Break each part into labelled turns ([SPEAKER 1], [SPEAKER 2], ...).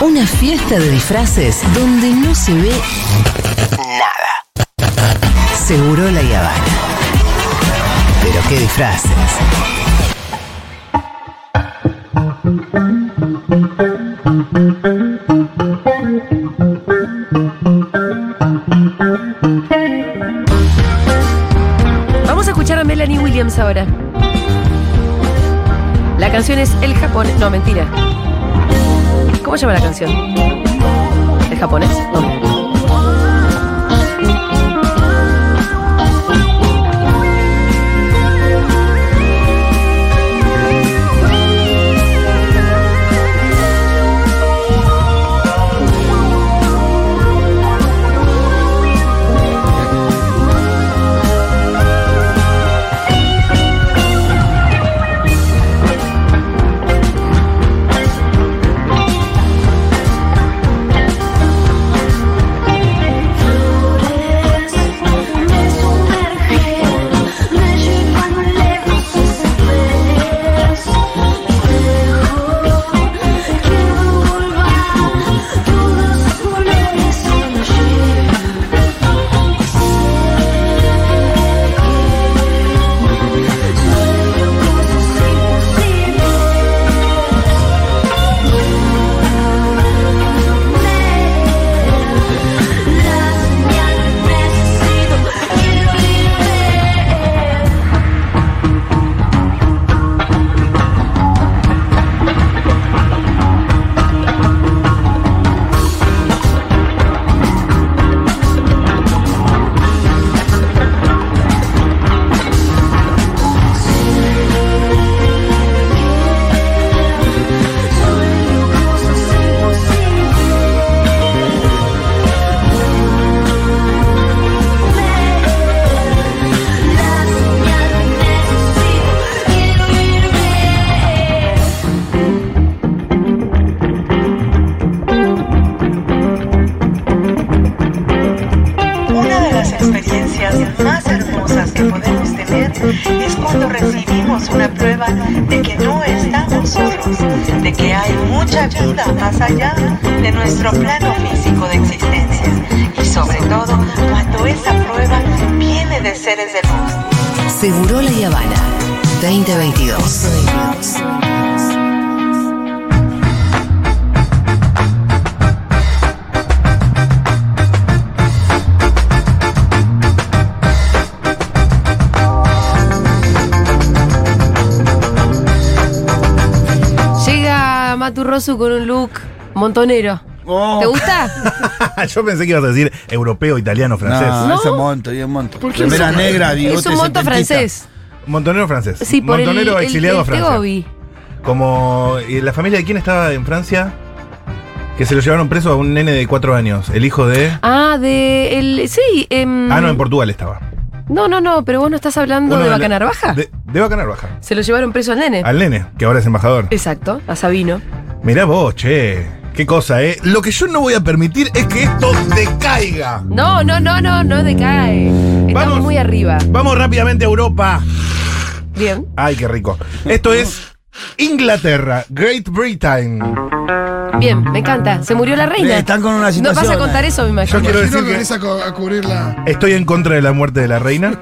[SPEAKER 1] Una fiesta de disfraces donde no se ve nada. Seguro la Habana. Pero qué disfraces.
[SPEAKER 2] Vamos a escuchar a Melanie Williams ahora. La canción es El Japonés. No, mentira. ¿Cómo se llama la canción? ¿El japonés? No.
[SPEAKER 3] Me sumerge, me lleva no lejos sus pies. Dejo, quiero volver, todos colores son allí. Sé que sueño cosas imposibles. Las señales necesito y lo liberé. Sueño cosas imposibles. La señal necesito, quiero irme.
[SPEAKER 4] Una de las experiencias más hermosas que podemos tener es cuando recibimos una prueba de que no estamos solos, de que hay mucha vida más allá de nuestro plano físico de existencia y sobre todo cuando esa prueba viene de seres de luz.
[SPEAKER 1] Seguro la Habana 2022.
[SPEAKER 2] Llega Maturrosu con un look montonero.
[SPEAKER 5] Oh.
[SPEAKER 2] ¿Te gusta?
[SPEAKER 6] Yo pensé que ibas a decir europeo, italiano, francés.
[SPEAKER 5] No,
[SPEAKER 2] ¿No?
[SPEAKER 5] ese monto, bien monto.
[SPEAKER 2] ¿Por qué
[SPEAKER 5] Remera
[SPEAKER 2] es un-
[SPEAKER 5] negra, bigote,
[SPEAKER 2] Es un monto
[SPEAKER 5] setentista.
[SPEAKER 2] francés.
[SPEAKER 6] Montonero francés.
[SPEAKER 2] Sí, por el-
[SPEAKER 6] Montonero
[SPEAKER 2] el,
[SPEAKER 6] exiliado a
[SPEAKER 2] el
[SPEAKER 6] Francia.
[SPEAKER 2] Tegobi.
[SPEAKER 6] Como eh, la familia de quién estaba en Francia, que se lo llevaron preso a un nene de cuatro años, el hijo de.
[SPEAKER 2] Ah, de el. Sí, em,
[SPEAKER 6] Ah, no, en Portugal estaba.
[SPEAKER 2] No, no, no, pero vos no estás hablando
[SPEAKER 6] Uno
[SPEAKER 2] de Eh.
[SPEAKER 6] la-
[SPEAKER 2] Bacanar Baja.
[SPEAKER 6] De, de Bacanar Baja.
[SPEAKER 2] Se lo llevaron preso al nene.
[SPEAKER 6] Al nene, que ahora es embajador.
[SPEAKER 2] Exacto, a Sabino.
[SPEAKER 6] Mirá vos, che. Qué cosa, ¿eh? Lo que yo no voy a permitir es que esto decaiga.
[SPEAKER 2] No, no, no, no, no decae. Estamos
[SPEAKER 6] Vamos.
[SPEAKER 2] muy arriba.
[SPEAKER 6] Vamos rápidamente a Europa.
[SPEAKER 2] Bien.
[SPEAKER 6] Ay, qué rico. Esto es Inglaterra, Great Britain.
[SPEAKER 2] Bien, me encanta. Se murió la reina.
[SPEAKER 5] Eh, están con una
[SPEAKER 2] no vas
[SPEAKER 5] situación,
[SPEAKER 2] a contar
[SPEAKER 5] eh.
[SPEAKER 2] eso, me imagino.
[SPEAKER 6] Yo quiero
[SPEAKER 7] ¿Quién
[SPEAKER 6] decir que
[SPEAKER 7] organiza co- a cubrir la.?
[SPEAKER 6] estoy en contra de la muerte de la reina.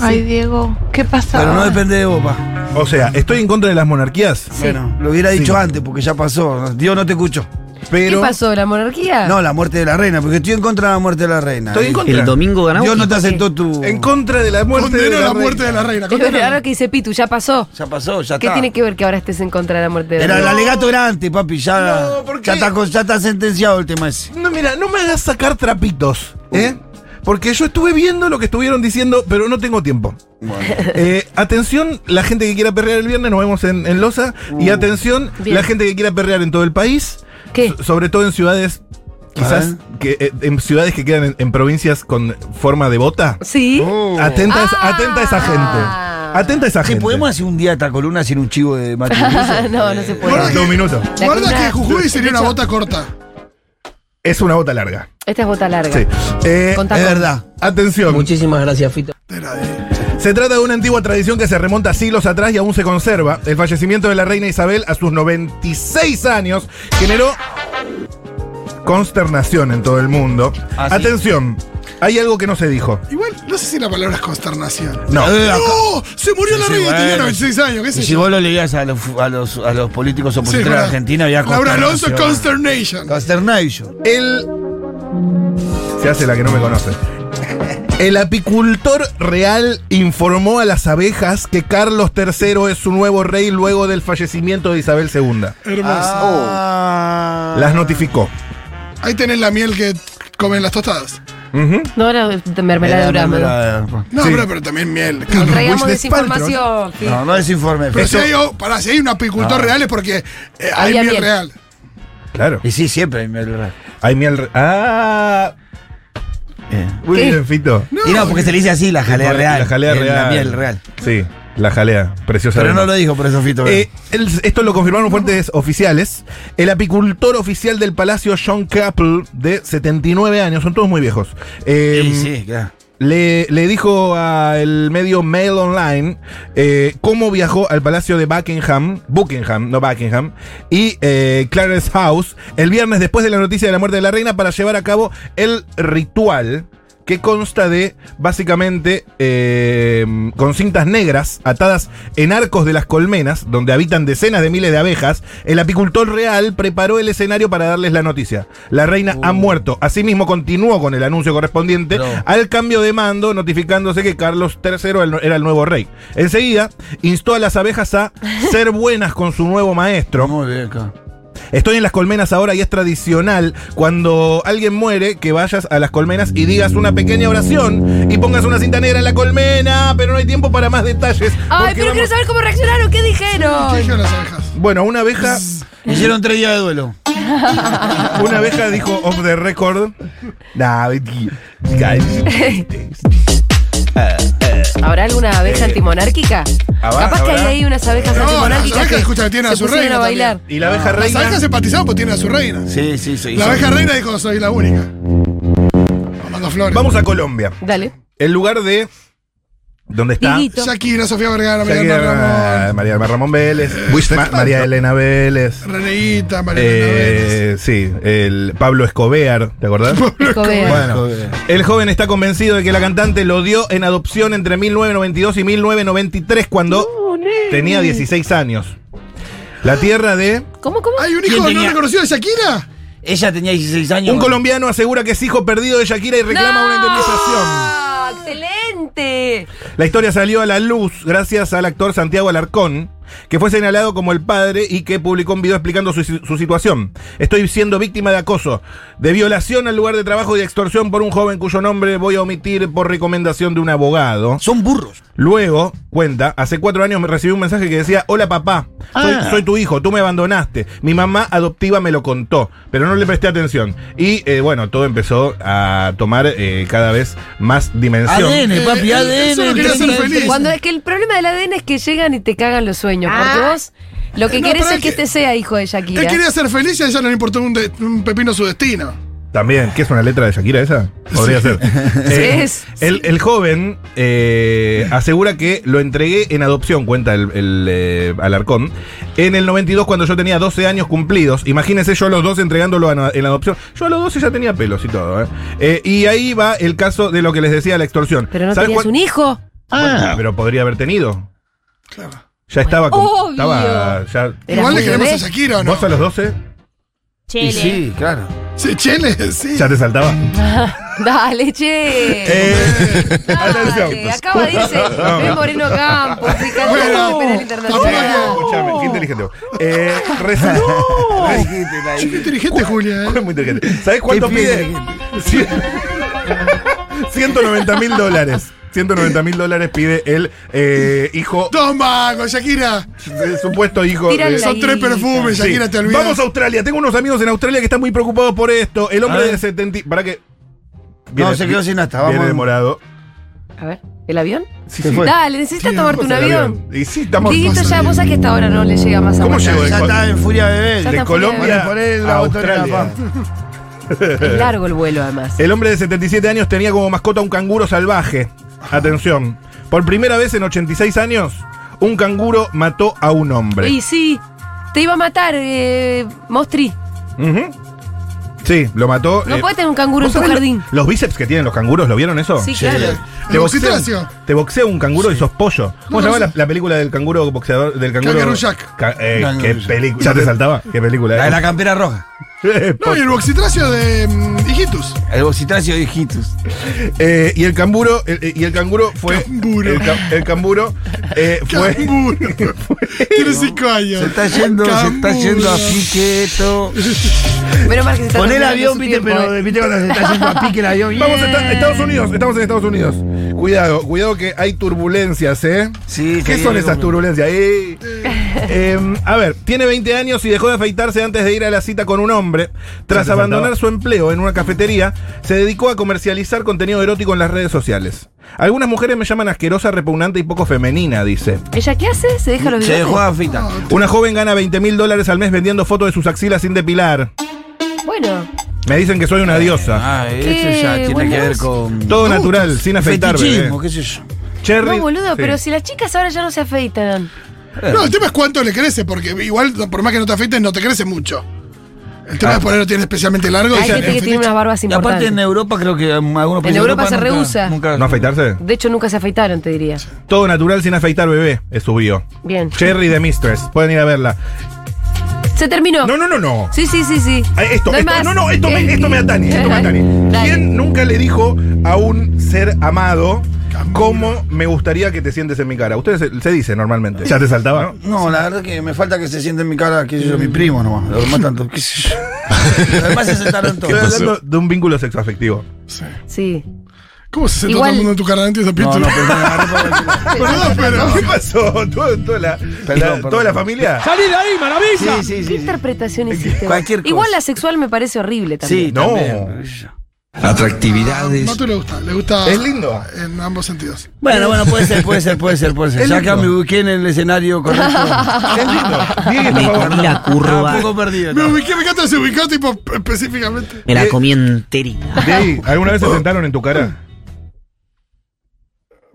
[SPEAKER 8] Ay, Diego, ¿qué pasa?
[SPEAKER 5] Pero
[SPEAKER 2] Ah.
[SPEAKER 5] no depende de vos, pa.
[SPEAKER 6] O sea, estoy en contra de las monarquías,
[SPEAKER 5] Bueno, lo hubiera dicho
[SPEAKER 6] Sí.
[SPEAKER 5] antes, porque ya pasó. Dios no te escuchó.
[SPEAKER 2] ¿Qué
[SPEAKER 6] pero
[SPEAKER 2] pasó? ¿La monarquía?
[SPEAKER 5] No, la muerte de la reina, porque estoy en contra de la muerte de la reina.
[SPEAKER 6] estoy en contra.
[SPEAKER 9] El domingo ganamos.
[SPEAKER 5] Dios no te aceptó tu.
[SPEAKER 6] En contra de la muerte de
[SPEAKER 7] Condeno
[SPEAKER 6] la,
[SPEAKER 7] la
[SPEAKER 6] reina.
[SPEAKER 7] muerte de la reina.
[SPEAKER 2] Es verdad, ahora
[SPEAKER 7] Condeno.
[SPEAKER 2] que dice Pitu, ya pasó.
[SPEAKER 5] Ya pasó, ya
[SPEAKER 2] ¿Qué
[SPEAKER 5] está.
[SPEAKER 2] tiene que ver que ahora estés en contra de la muerte de la
[SPEAKER 5] Era el
[SPEAKER 2] reina?
[SPEAKER 5] alegato era antes, papi. Ya,
[SPEAKER 6] No, ¿por qué?
[SPEAKER 5] ya, está, con- ya está sentenciado el tema ese.
[SPEAKER 6] No, mira, no me hagas sacar trapitos, ¿eh? Porque yo estuve viendo lo que estuvieron diciendo, pero no tengo tiempo. Eh, atención, la gente que quiera perrear el viernes, nos vemos en, en Loza. Y atención,
[SPEAKER 2] Bien.
[SPEAKER 6] la gente que quiera perrear en todo el país,
[SPEAKER 2] ¿Qué?
[SPEAKER 6] so- sobre todo en ciudades, quizás, que, eh, en ciudades que quedan en, en provincias con forma de bota.
[SPEAKER 2] ¿Sí?
[SPEAKER 6] Oh, Atenta, a esa-
[SPEAKER 2] Ah.
[SPEAKER 6] atenta a esa gente. Atenta a esa
[SPEAKER 5] ¿Qué
[SPEAKER 6] gente.
[SPEAKER 5] podemos hacer un día esta columna sin un chivo de matrimonio?
[SPEAKER 2] no, no se puede.
[SPEAKER 6] Bueno, Dos minutos.
[SPEAKER 2] La
[SPEAKER 7] Guarda
[SPEAKER 2] columna-
[SPEAKER 7] que Jujuy sería una
[SPEAKER 2] Nacho,
[SPEAKER 7] bota corta.
[SPEAKER 6] Es una bota larga.
[SPEAKER 2] Esta es bota larga.
[SPEAKER 6] Sí. Eh,
[SPEAKER 2] Contá
[SPEAKER 5] Es
[SPEAKER 2] con-
[SPEAKER 5] verdad.
[SPEAKER 6] Atención.
[SPEAKER 9] Muchísimas gracias, Fito.
[SPEAKER 6] Se trata de una antigua tradición que se remonta siglos atrás y aún se conserva. El fallecimiento de la reina Isabel a sus 96 años generó consternación en todo el mundo.
[SPEAKER 5] Ah, sí.
[SPEAKER 6] Atención, hay algo que no se dijo.
[SPEAKER 7] Igual, no sé si la palabra es consternación.
[SPEAKER 6] No.
[SPEAKER 7] ¡No! ¡Se murió la
[SPEAKER 5] Sí,
[SPEAKER 7] reina! Tenía
[SPEAKER 5] bueno.
[SPEAKER 7] 96 años, qué sé
[SPEAKER 5] Y si
[SPEAKER 7] yo.
[SPEAKER 5] vos lo leías a los, a los, a los políticos
[SPEAKER 7] Sí,
[SPEAKER 5] opositores
[SPEAKER 7] bueno.
[SPEAKER 5] a Argentina, había
[SPEAKER 7] Laura Alonso,
[SPEAKER 5] consternación.
[SPEAKER 7] consternation.
[SPEAKER 5] Consternation.
[SPEAKER 6] El. Se hace la que no me conoce. El apicultor real informó a las abejas que Carlos III es su nuevo rey luego del fallecimiento de Isabel II.
[SPEAKER 7] Hermoso.
[SPEAKER 5] Ah.
[SPEAKER 6] Las notificó.
[SPEAKER 7] Ahí tenés la miel que comen las tostadas.
[SPEAKER 6] Ujú.
[SPEAKER 2] No era de
[SPEAKER 5] Eh,
[SPEAKER 2] mermelada de durazno.
[SPEAKER 5] No,
[SPEAKER 7] No,
[SPEAKER 6] Sí.
[SPEAKER 7] pero, pero también miel.
[SPEAKER 2] Traigamos
[SPEAKER 7] Wish Paltrow.
[SPEAKER 2] desinformación. Phil.
[SPEAKER 5] no es informe.
[SPEAKER 7] Pero si
[SPEAKER 5] Esto-
[SPEAKER 7] hay, oh, pará, si hay un apicultor
[SPEAKER 5] Ah.
[SPEAKER 7] real es porque eh, hay
[SPEAKER 2] Había
[SPEAKER 7] miel,
[SPEAKER 2] miel.
[SPEAKER 7] real.
[SPEAKER 6] Claro.
[SPEAKER 5] Y sí, siempre hay miel real.
[SPEAKER 6] Hay miel. re- ¡Ah!
[SPEAKER 5] Eh.
[SPEAKER 6] Muy
[SPEAKER 2] ¿Qué?
[SPEAKER 6] bien, Fito.
[SPEAKER 7] No,
[SPEAKER 5] y no, porque se le dice así, la jalea real.
[SPEAKER 6] La jalea
[SPEAKER 5] eh,
[SPEAKER 6] real.
[SPEAKER 5] La miel real.
[SPEAKER 6] Sí, la jalea. Preciosa.
[SPEAKER 5] Pero no
[SPEAKER 6] además.
[SPEAKER 5] lo dijo por eso, Fito.
[SPEAKER 6] Eh, el- esto lo confirmaron fuentes oficiales. El apicultor oficial del palacio, John Capel, de 79 años, son todos muy viejos. Eh,
[SPEAKER 5] sí, sí, claro.
[SPEAKER 6] Le, le dijo al medio Mail Online eh, cómo viajó al palacio de Buckingham, Buckingham, no Buckingham, y eh, Clarence House el viernes después de la noticia de la muerte de la reina para llevar a cabo el ritual que consta de básicamente eh, con cintas negras atadas en arcos de las colmenas, donde habitan decenas de miles de abejas, el apicultor real preparó el escenario para darles la noticia. La reina ha muerto. Asimismo continuó con el anuncio correspondiente
[SPEAKER 5] Bro.
[SPEAKER 6] al cambio de mando, notificándose que Carlos III era el nuevo rey. Enseguida, instó a las abejas a ser buenas con su nuevo maestro.
[SPEAKER 5] Muy bien, claro.
[SPEAKER 6] Estoy en las colmenas ahora y es tradicional cuando alguien muere que vayas a las colmenas y digas una pequeña oración y pongas una cinta negra en la colmena, pero no hay tiempo para más detalles.
[SPEAKER 2] Ay, pero
[SPEAKER 6] porque
[SPEAKER 2] quiero
[SPEAKER 6] vamos-
[SPEAKER 2] saber cómo reaccionaron. ¿Qué
[SPEAKER 7] ¿Qué
[SPEAKER 2] dijeron?
[SPEAKER 7] dijeron las abejas?
[SPEAKER 6] Bueno, una abeja,
[SPEAKER 5] Hicieron tres días de duelo.
[SPEAKER 6] una abeja dijo off the record. Nah, Vicky, guys.
[SPEAKER 2] ¿Habrá alguna abeja antimonárquica?
[SPEAKER 6] habrá,
[SPEAKER 2] Capaz que hay
[SPEAKER 6] habrá.
[SPEAKER 2] ahí unas abejas
[SPEAKER 7] No, las
[SPEAKER 2] antimonárquicas
[SPEAKER 7] abejas
[SPEAKER 2] que
[SPEAKER 7] escuchan, tienen a
[SPEAKER 2] se
[SPEAKER 7] su
[SPEAKER 2] pusieron
[SPEAKER 7] reina
[SPEAKER 2] a bailar.
[SPEAKER 7] también.
[SPEAKER 6] Y la abeja
[SPEAKER 7] Las
[SPEAKER 6] reina.
[SPEAKER 7] abejas empatizaban porque tienen a su reina.
[SPEAKER 5] Sí, sí, sí.
[SPEAKER 7] La
[SPEAKER 5] sí.
[SPEAKER 7] abeja reina dijo, soy la única. Mando flores.
[SPEAKER 6] Vamos a Colombia,
[SPEAKER 2] Dale.
[SPEAKER 6] el lugar de donde está.
[SPEAKER 2] Dieguito.
[SPEAKER 7] Shakira, Sofía Vergara, Mariana
[SPEAKER 6] Shakira,
[SPEAKER 7] Ramón,
[SPEAKER 6] María del Mar Ramón Vélez,
[SPEAKER 7] Winston
[SPEAKER 6] Ma-
[SPEAKER 7] Paltrow.
[SPEAKER 6] María Elena Vélez,
[SPEAKER 5] eh,
[SPEAKER 7] Reneguita, Mariana Vélez.
[SPEAKER 6] Eh, sí, el Pablo Escobar, ¿te acordás?
[SPEAKER 2] Escobar.
[SPEAKER 6] Bueno, el joven está convencido de que la cantante lo dio en adopción entre 1992 y 1993 cuando tenía 16 años. La tierra de...
[SPEAKER 2] ¿Cómo, cómo?
[SPEAKER 7] ¿Hay un
[SPEAKER 5] ¿Quién
[SPEAKER 7] hijo no
[SPEAKER 5] tenía?
[SPEAKER 7] reconocido de Shakira?
[SPEAKER 5] Ella tenía 16 años.
[SPEAKER 6] Un colombiano asegura que es hijo perdido de Shakira y reclama
[SPEAKER 2] ¡No!
[SPEAKER 6] una indemnización.
[SPEAKER 2] ¡Ah, ¡Excelente!
[SPEAKER 6] La historia salió a la luz gracias al actor Santiago Alarcón, que fue señalado como el padre y que publicó un video explicando su, su situación. Estoy siendo víctima de acoso, de violación al lugar de trabajo y de extorsión por un joven cuyo nombre voy a omitir por recomendación de un abogado.
[SPEAKER 5] Son burros.
[SPEAKER 6] Luego, cuenta, hace cuatro años me recibí un mensaje que decía, hola papá, soy,
[SPEAKER 5] Ah.
[SPEAKER 6] soy tu hijo, tú me abandonaste. Mi mamá adoptiva me lo contó, pero no le presté atención. Y eh, bueno, todo empezó a tomar eh, cada vez más dimensión.
[SPEAKER 5] ADN, papi,
[SPEAKER 7] Eh,
[SPEAKER 5] ADN.
[SPEAKER 7] solo quería ser feliz.
[SPEAKER 2] Cuando es que el problema del ADN es que llegan y te cagan los sueños, porque vos lo que
[SPEAKER 7] No,
[SPEAKER 2] querés
[SPEAKER 7] pero
[SPEAKER 2] es que
[SPEAKER 7] es que-
[SPEAKER 2] este sea hijo de
[SPEAKER 7] Él
[SPEAKER 2] Shakira.
[SPEAKER 7] quería ser feliz y a ella no le importó un, de- un pepino su destino.
[SPEAKER 6] También, ¿qué es una letra de Shakira esa? Podría ser. Eh,
[SPEAKER 2] es.
[SPEAKER 6] El, el joven eh, asegura que lo entregué en adopción, cuenta el, el, eh, Alarcón, en el 92 cuando yo tenía 12 años cumplidos. Imagínense yo a los dos entregándolo a- en adopción. Yo a los 12 ya tenía pelos y todo. ¿eh? Eh, y ahí va el caso de lo que les decía la extorsión.
[SPEAKER 2] Pero no
[SPEAKER 6] ¿Sabes
[SPEAKER 2] tenías
[SPEAKER 6] cuán-
[SPEAKER 2] un hijo.
[SPEAKER 6] Bueno, Pero podría haber tenido.
[SPEAKER 7] Claro.
[SPEAKER 6] Ya estaba con...
[SPEAKER 2] Obvio.
[SPEAKER 6] Estaba ya...
[SPEAKER 2] Era
[SPEAKER 7] Igual le
[SPEAKER 2] muy
[SPEAKER 7] queremos
[SPEAKER 2] bebé.
[SPEAKER 7] a Shakira, ¿o ¿no?
[SPEAKER 6] ¿Vos a los 12?
[SPEAKER 5] Y sí, claro.
[SPEAKER 7] Sí, Chele, sí.
[SPEAKER 6] ¿Ya te saltaba?
[SPEAKER 2] Dale, che.
[SPEAKER 6] Eh,
[SPEAKER 2] Dale, acaba dice
[SPEAKER 6] No.
[SPEAKER 2] es Moreno Campo, fiscal
[SPEAKER 7] Bueno.
[SPEAKER 2] penal
[SPEAKER 7] Ahora
[SPEAKER 2] internacional.
[SPEAKER 7] que-
[SPEAKER 6] Escuchame, qué inteligente. vos. Eh, reza-
[SPEAKER 7] Qué inteligente, Julia,
[SPEAKER 6] Es
[SPEAKER 7] ¿eh?
[SPEAKER 6] muy inteligente. ¿Sabes cuánto
[SPEAKER 5] Qué
[SPEAKER 6] pide?
[SPEAKER 5] bien.
[SPEAKER 6] Cien- 190 mil dólares. 190 mil dólares pide el eh, hijo,
[SPEAKER 7] Toma, con Shakira.
[SPEAKER 6] el supuesto hijo.
[SPEAKER 2] Tírale
[SPEAKER 6] de-
[SPEAKER 2] la
[SPEAKER 7] Son tres
[SPEAKER 2] guita.
[SPEAKER 7] perfumes,
[SPEAKER 6] Sí.
[SPEAKER 7] Shakira, te olvidas.
[SPEAKER 6] Vamos a Australia. Tengo unos amigos en Australia que están muy preocupados por esto. El
[SPEAKER 5] A
[SPEAKER 6] hombre
[SPEAKER 5] ver.
[SPEAKER 6] de 70. ¿Para qué?
[SPEAKER 5] No, se quedó sin hasta,
[SPEAKER 6] Viene
[SPEAKER 5] vamos.
[SPEAKER 6] demorado.
[SPEAKER 2] A ver, ¿el avión?
[SPEAKER 6] Sí,
[SPEAKER 5] Se
[SPEAKER 6] sí.
[SPEAKER 5] fue.
[SPEAKER 2] Dale, necesitas
[SPEAKER 7] Sí,
[SPEAKER 2] tomarte un
[SPEAKER 6] Vamos al
[SPEAKER 2] avión.
[SPEAKER 6] Y sí, estamos.
[SPEAKER 2] Diguito ya, vos sabés que hasta ahora no le llega más a
[SPEAKER 6] ¿Cómo
[SPEAKER 2] Marta.
[SPEAKER 6] llegó de,
[SPEAKER 5] Ya está en furia bebé.
[SPEAKER 2] Ya
[SPEAKER 6] de
[SPEAKER 2] está
[SPEAKER 6] Colombia
[SPEAKER 5] fuera de-
[SPEAKER 6] a
[SPEAKER 5] Poné la botella,
[SPEAKER 6] Australia?
[SPEAKER 2] Es largo el vuelo además.
[SPEAKER 6] El hombre de 77 años tenía como mascota un canguro salvaje. Atención. Por primera vez en 86 años, un canguro mató a un hombre.
[SPEAKER 2] Y sí, te iba a matar, eh, Mostri.
[SPEAKER 6] Ujú. Sí, lo mató.
[SPEAKER 2] No
[SPEAKER 6] eh,
[SPEAKER 2] puede tener un canguro en
[SPEAKER 6] ¿vos
[SPEAKER 2] su
[SPEAKER 6] sabés
[SPEAKER 2] jardín.
[SPEAKER 6] Los bíceps que tienen los canguros, ¿lo vieron eso?
[SPEAKER 2] Sí, claro.
[SPEAKER 6] Te
[SPEAKER 7] El
[SPEAKER 6] boxea,
[SPEAKER 7] boxeo.
[SPEAKER 6] te boxea un canguro y sos pollo.
[SPEAKER 7] No,
[SPEAKER 6] ¿Cómo se
[SPEAKER 7] no
[SPEAKER 6] llama la,
[SPEAKER 7] sé.
[SPEAKER 6] la película del canguro boxeador? Del canguro.
[SPEAKER 7] Kangaroo Jack.
[SPEAKER 6] Ca- eh,
[SPEAKER 5] Kangaroo
[SPEAKER 6] ¿Qué
[SPEAKER 5] Jack.
[SPEAKER 6] película? ¿Ya te saltaba? ¿Qué película?
[SPEAKER 5] La de
[SPEAKER 6] era?
[SPEAKER 5] la campera roja.
[SPEAKER 7] No, y el boxitracio de mm, Hijitus.
[SPEAKER 5] El bocitracio de hijitos.
[SPEAKER 6] Eh, y el canguro, el- el- y el canguro fue.
[SPEAKER 7] Canguro.
[SPEAKER 6] El, ca- el canguro eh, fue.
[SPEAKER 7] Canguro. Tiene cinco años.
[SPEAKER 5] Se está yendo, se está yendo a pique esto.
[SPEAKER 2] Menos mal que se está
[SPEAKER 5] Pon el
[SPEAKER 2] terminando
[SPEAKER 5] avión,
[SPEAKER 2] su
[SPEAKER 5] viste,
[SPEAKER 2] tiempo,
[SPEAKER 5] pero
[SPEAKER 2] eh.
[SPEAKER 5] viste cuando se está yendo a pique el avión.
[SPEAKER 6] Vamos a
[SPEAKER 5] Yeah.
[SPEAKER 6] esta- Estados Unidos, estamos en Estados Unidos. Cuidado, cuidado que hay turbulencias, ¿eh?
[SPEAKER 5] Sí,
[SPEAKER 6] ¿Qué
[SPEAKER 5] sí,
[SPEAKER 6] son
[SPEAKER 5] hay
[SPEAKER 6] esas
[SPEAKER 5] un-
[SPEAKER 6] turbulencias? Eh, eh, a ver, tiene 20 años y dejó de afeitarse antes de ir a la cita con un hombre. Tras
[SPEAKER 5] te faltaba.
[SPEAKER 6] abandonar su empleo en una cafetería, se dedicó a comercializar contenido erótico en las redes sociales. Algunas mujeres me llaman asquerosa, repugnante y poco femenina, dice.
[SPEAKER 2] ¿Ella qué hace? ¿Se deja los
[SPEAKER 5] Se
[SPEAKER 2] bigotes?
[SPEAKER 5] dejó a fita.
[SPEAKER 6] Una joven gana 20 mil dólares al mes vendiendo fotos de sus axilas sin depilar.
[SPEAKER 2] Bueno,
[SPEAKER 6] Me dicen que soy una diosa.
[SPEAKER 5] Ah, eso ya
[SPEAKER 2] Qué
[SPEAKER 5] tiene que
[SPEAKER 2] buena
[SPEAKER 5] ver
[SPEAKER 2] voz.
[SPEAKER 5] con.
[SPEAKER 6] Todo natural, sin afeitar, bebé.
[SPEAKER 5] Fetichismo, qué sé yo.
[SPEAKER 6] Cherry-
[SPEAKER 2] no, boludo,
[SPEAKER 6] sí.
[SPEAKER 2] pero si las chicas ahora ya no se afeitan.
[SPEAKER 7] No, el tema es cuánto le crece, porque igual, por más que no te afeites, no te crece mucho. El
[SPEAKER 5] Ah.
[SPEAKER 7] tema de ponerlo tiene especialmente largo.
[SPEAKER 2] Hay
[SPEAKER 7] y
[SPEAKER 2] gente que tiene unas barbas
[SPEAKER 5] Y aparte
[SPEAKER 2] importantes.
[SPEAKER 5] en Europa creo que en algunos países de
[SPEAKER 2] Europa se
[SPEAKER 5] nunca-
[SPEAKER 2] rehúsa.
[SPEAKER 5] Nunca,
[SPEAKER 6] ¿No afeitarse?
[SPEAKER 2] De hecho, nunca se afeitaron, te diría.
[SPEAKER 6] Todo natural sin afeitar, bebé, es su bio.
[SPEAKER 2] Bien.
[SPEAKER 6] Cherry de Mistress, pueden ir a verla.
[SPEAKER 2] Se terminó.
[SPEAKER 6] No, no, no, no.
[SPEAKER 2] Sí, sí, sí, sí.
[SPEAKER 6] Ah, Esto,
[SPEAKER 2] no hay
[SPEAKER 6] esto-
[SPEAKER 2] más.
[SPEAKER 6] no, no, esto me,
[SPEAKER 2] Eh,
[SPEAKER 6] esto me atañe, esto me atañe.
[SPEAKER 2] Dale.
[SPEAKER 6] ¿Quién nunca le dijo a un ser amado cómo me gustaría que te sientes en mi cara? Ustedes se, se dice normalmente. ¿Ya te saltaba?
[SPEAKER 5] No, la verdad que me falta que se siente en mi cara, qué sé yo, mi primo nomás. Los demás tanto, qué sé yo. Los demás se sentaron
[SPEAKER 6] Estoy
[SPEAKER 5] todos.
[SPEAKER 6] hablando de un vínculo sexoafectivo.
[SPEAKER 7] Sí.
[SPEAKER 2] Sí.
[SPEAKER 7] ¿Cómo se sentó
[SPEAKER 2] Igual-
[SPEAKER 7] todo el mundo en tu cara antes de esa
[SPEAKER 5] No, no,
[SPEAKER 7] pintura?
[SPEAKER 5] pero me agarró por el culo.
[SPEAKER 7] Perdón, pero.
[SPEAKER 6] ¿Qué pasó? ¿Todo- toda, la,
[SPEAKER 5] Perdón,
[SPEAKER 6] la-
[SPEAKER 5] perdón.
[SPEAKER 6] ¿Toda la familia?
[SPEAKER 5] Sí, sí,
[SPEAKER 2] ¿Qué
[SPEAKER 5] sí. sí.
[SPEAKER 2] interpretación hiciste?
[SPEAKER 5] Cualquier cosa.
[SPEAKER 2] Igual la sexual me parece horrible
[SPEAKER 5] Sí,
[SPEAKER 2] también.
[SPEAKER 6] No.
[SPEAKER 5] también, qué sé yo.
[SPEAKER 7] Atractividades. Matu le gusta, le gusta.
[SPEAKER 6] Es lindo.
[SPEAKER 7] En ambos sentidos.
[SPEAKER 5] Bueno, bueno, puede ser, puede ser, puede ser, puede ser.
[SPEAKER 6] Es
[SPEAKER 5] Ya que
[SPEAKER 6] lindo.
[SPEAKER 5] me ubiqué en el escenario correcto.
[SPEAKER 6] Es lindo. Diego, por
[SPEAKER 9] Me
[SPEAKER 6] favor.
[SPEAKER 9] comí la
[SPEAKER 5] Estaba un
[SPEAKER 9] curva,
[SPEAKER 5] poco perdido.
[SPEAKER 7] Me
[SPEAKER 5] estaba.
[SPEAKER 7] ubiqué, me encanta ese ubicado, tipo, específicamente.
[SPEAKER 9] me la comí enterita.
[SPEAKER 6] Diego, ¿alguna vez se sentaron en tu cara?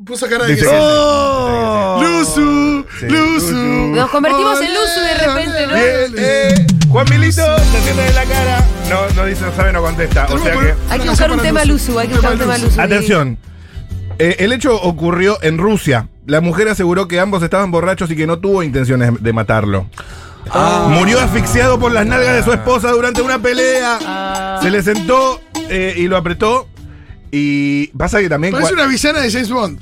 [SPEAKER 7] Puso cara de que.
[SPEAKER 6] Dice-
[SPEAKER 7] ¡Oh! ¡Luzu! ¡Luzu!
[SPEAKER 2] Nos convertimos en Luzu de repente, ¿no?
[SPEAKER 6] Bien, eh, Juan Milito, te sienta en la cara. No, no dice, no sabe, no contesta. O sea que.
[SPEAKER 2] Hay que buscar un tema Luzu, hay que buscar un tema Luzu.
[SPEAKER 6] Atención. Eh, el hecho ocurrió en Rusia. La mujer aseguró que ambos estaban borrachos y que no tuvo intenciones de matarlo.
[SPEAKER 7] Ah.
[SPEAKER 6] Murió asfixiado por las nalgas de su esposa durante una pelea. Se le sentó eh, y lo apretó. Y pasa que también.
[SPEAKER 7] Parece
[SPEAKER 6] cua-
[SPEAKER 7] una villana de James Bond.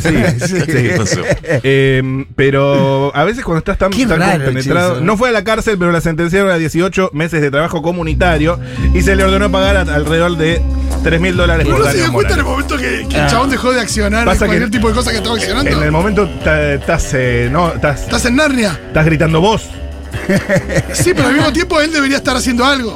[SPEAKER 6] Sí, sí. Eh, pero a veces cuando estás tan,
[SPEAKER 5] Qué
[SPEAKER 6] tan
[SPEAKER 5] raro,
[SPEAKER 6] compenetrado-
[SPEAKER 5] che, eso.
[SPEAKER 6] No fue a la cárcel, pero la sentenciaron a 18 meses de trabajo comunitario y se le ordenó pagar a- alrededor de 3 mil dólares
[SPEAKER 7] Uno
[SPEAKER 6] por
[SPEAKER 7] se
[SPEAKER 6] daño
[SPEAKER 7] dio cuenta en el
[SPEAKER 6] moral.
[SPEAKER 7] momento que, que el chabón dejó de accionar
[SPEAKER 6] Ah. Pasa
[SPEAKER 7] cualquier
[SPEAKER 6] que-
[SPEAKER 7] tipo de cosa que estaba accionando.
[SPEAKER 6] En el momento ta- estás, eh, no, estás,
[SPEAKER 7] Estás en Narnia.
[SPEAKER 6] estás gritando vos.
[SPEAKER 7] Sí, pero al mismo tiempo él debería estar haciendo algo.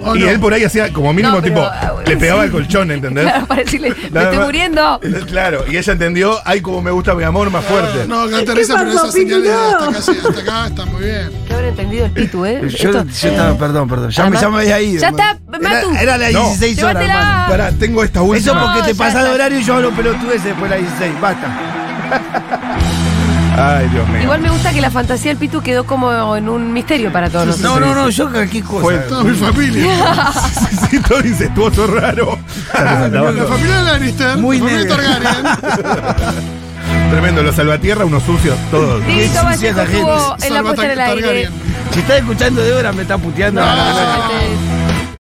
[SPEAKER 7] ¿O
[SPEAKER 6] y
[SPEAKER 7] Oh, no?
[SPEAKER 6] él por ahí hacía como mínimo
[SPEAKER 2] No, pero,
[SPEAKER 6] tipo,
[SPEAKER 2] ah, bueno,
[SPEAKER 6] le pegaba
[SPEAKER 2] sí.
[SPEAKER 6] el colchón, ¿entendés?
[SPEAKER 2] Claro, para decirle, me
[SPEAKER 6] Nada
[SPEAKER 2] estoy
[SPEAKER 6] más.
[SPEAKER 2] muriendo.
[SPEAKER 6] Claro, y ella entendió, ay, como me gusta mi amor más fuerte.
[SPEAKER 7] No, que aterriza, pero esas señales de hasta acá, sí, hasta acá está muy bien.
[SPEAKER 2] Que habrá entendido el pitu, ¿eh?
[SPEAKER 5] Yo,
[SPEAKER 2] Esto-
[SPEAKER 5] yo estaba, perdón, perdón. Ya, me,
[SPEAKER 2] Además-
[SPEAKER 5] ya me había ido.
[SPEAKER 2] Ya
[SPEAKER 5] hermano.
[SPEAKER 2] está, Matu.
[SPEAKER 5] Era, era las
[SPEAKER 6] No.
[SPEAKER 5] 16 horas,
[SPEAKER 2] Llévatela.
[SPEAKER 5] hermano.
[SPEAKER 6] Pará, tengo esta última.
[SPEAKER 5] Eso porque
[SPEAKER 2] No,
[SPEAKER 5] te
[SPEAKER 2] ya
[SPEAKER 5] pasás de
[SPEAKER 2] está.
[SPEAKER 5] horario y yo hablo pelotudeces después de las 16. Basta.
[SPEAKER 6] Ay, Dios mío.
[SPEAKER 2] Igual me gusta que la fantasía del pitu quedó como en un misterio para todos nosotros.
[SPEAKER 5] No, no, no, yo cualquier cosa.
[SPEAKER 6] Fue-
[SPEAKER 7] Toda mi familia.
[SPEAKER 6] Sí, sí, todo incestuoso raro.
[SPEAKER 7] La familia de Lannister.
[SPEAKER 5] Muy
[SPEAKER 7] la familia
[SPEAKER 5] negro.
[SPEAKER 7] Targaryen.
[SPEAKER 6] Tremendo, los Salvatierra, unos sucios, todos.
[SPEAKER 2] Diego Tobacheco
[SPEAKER 5] Sí, sí, esa
[SPEAKER 2] estuvo en la
[SPEAKER 7] Salva
[SPEAKER 2] puesta en el aire. Ah,
[SPEAKER 7] Targaryen.
[SPEAKER 5] Si estás escuchando de hora me está puteando.
[SPEAKER 7] No.
[SPEAKER 2] Totalmente,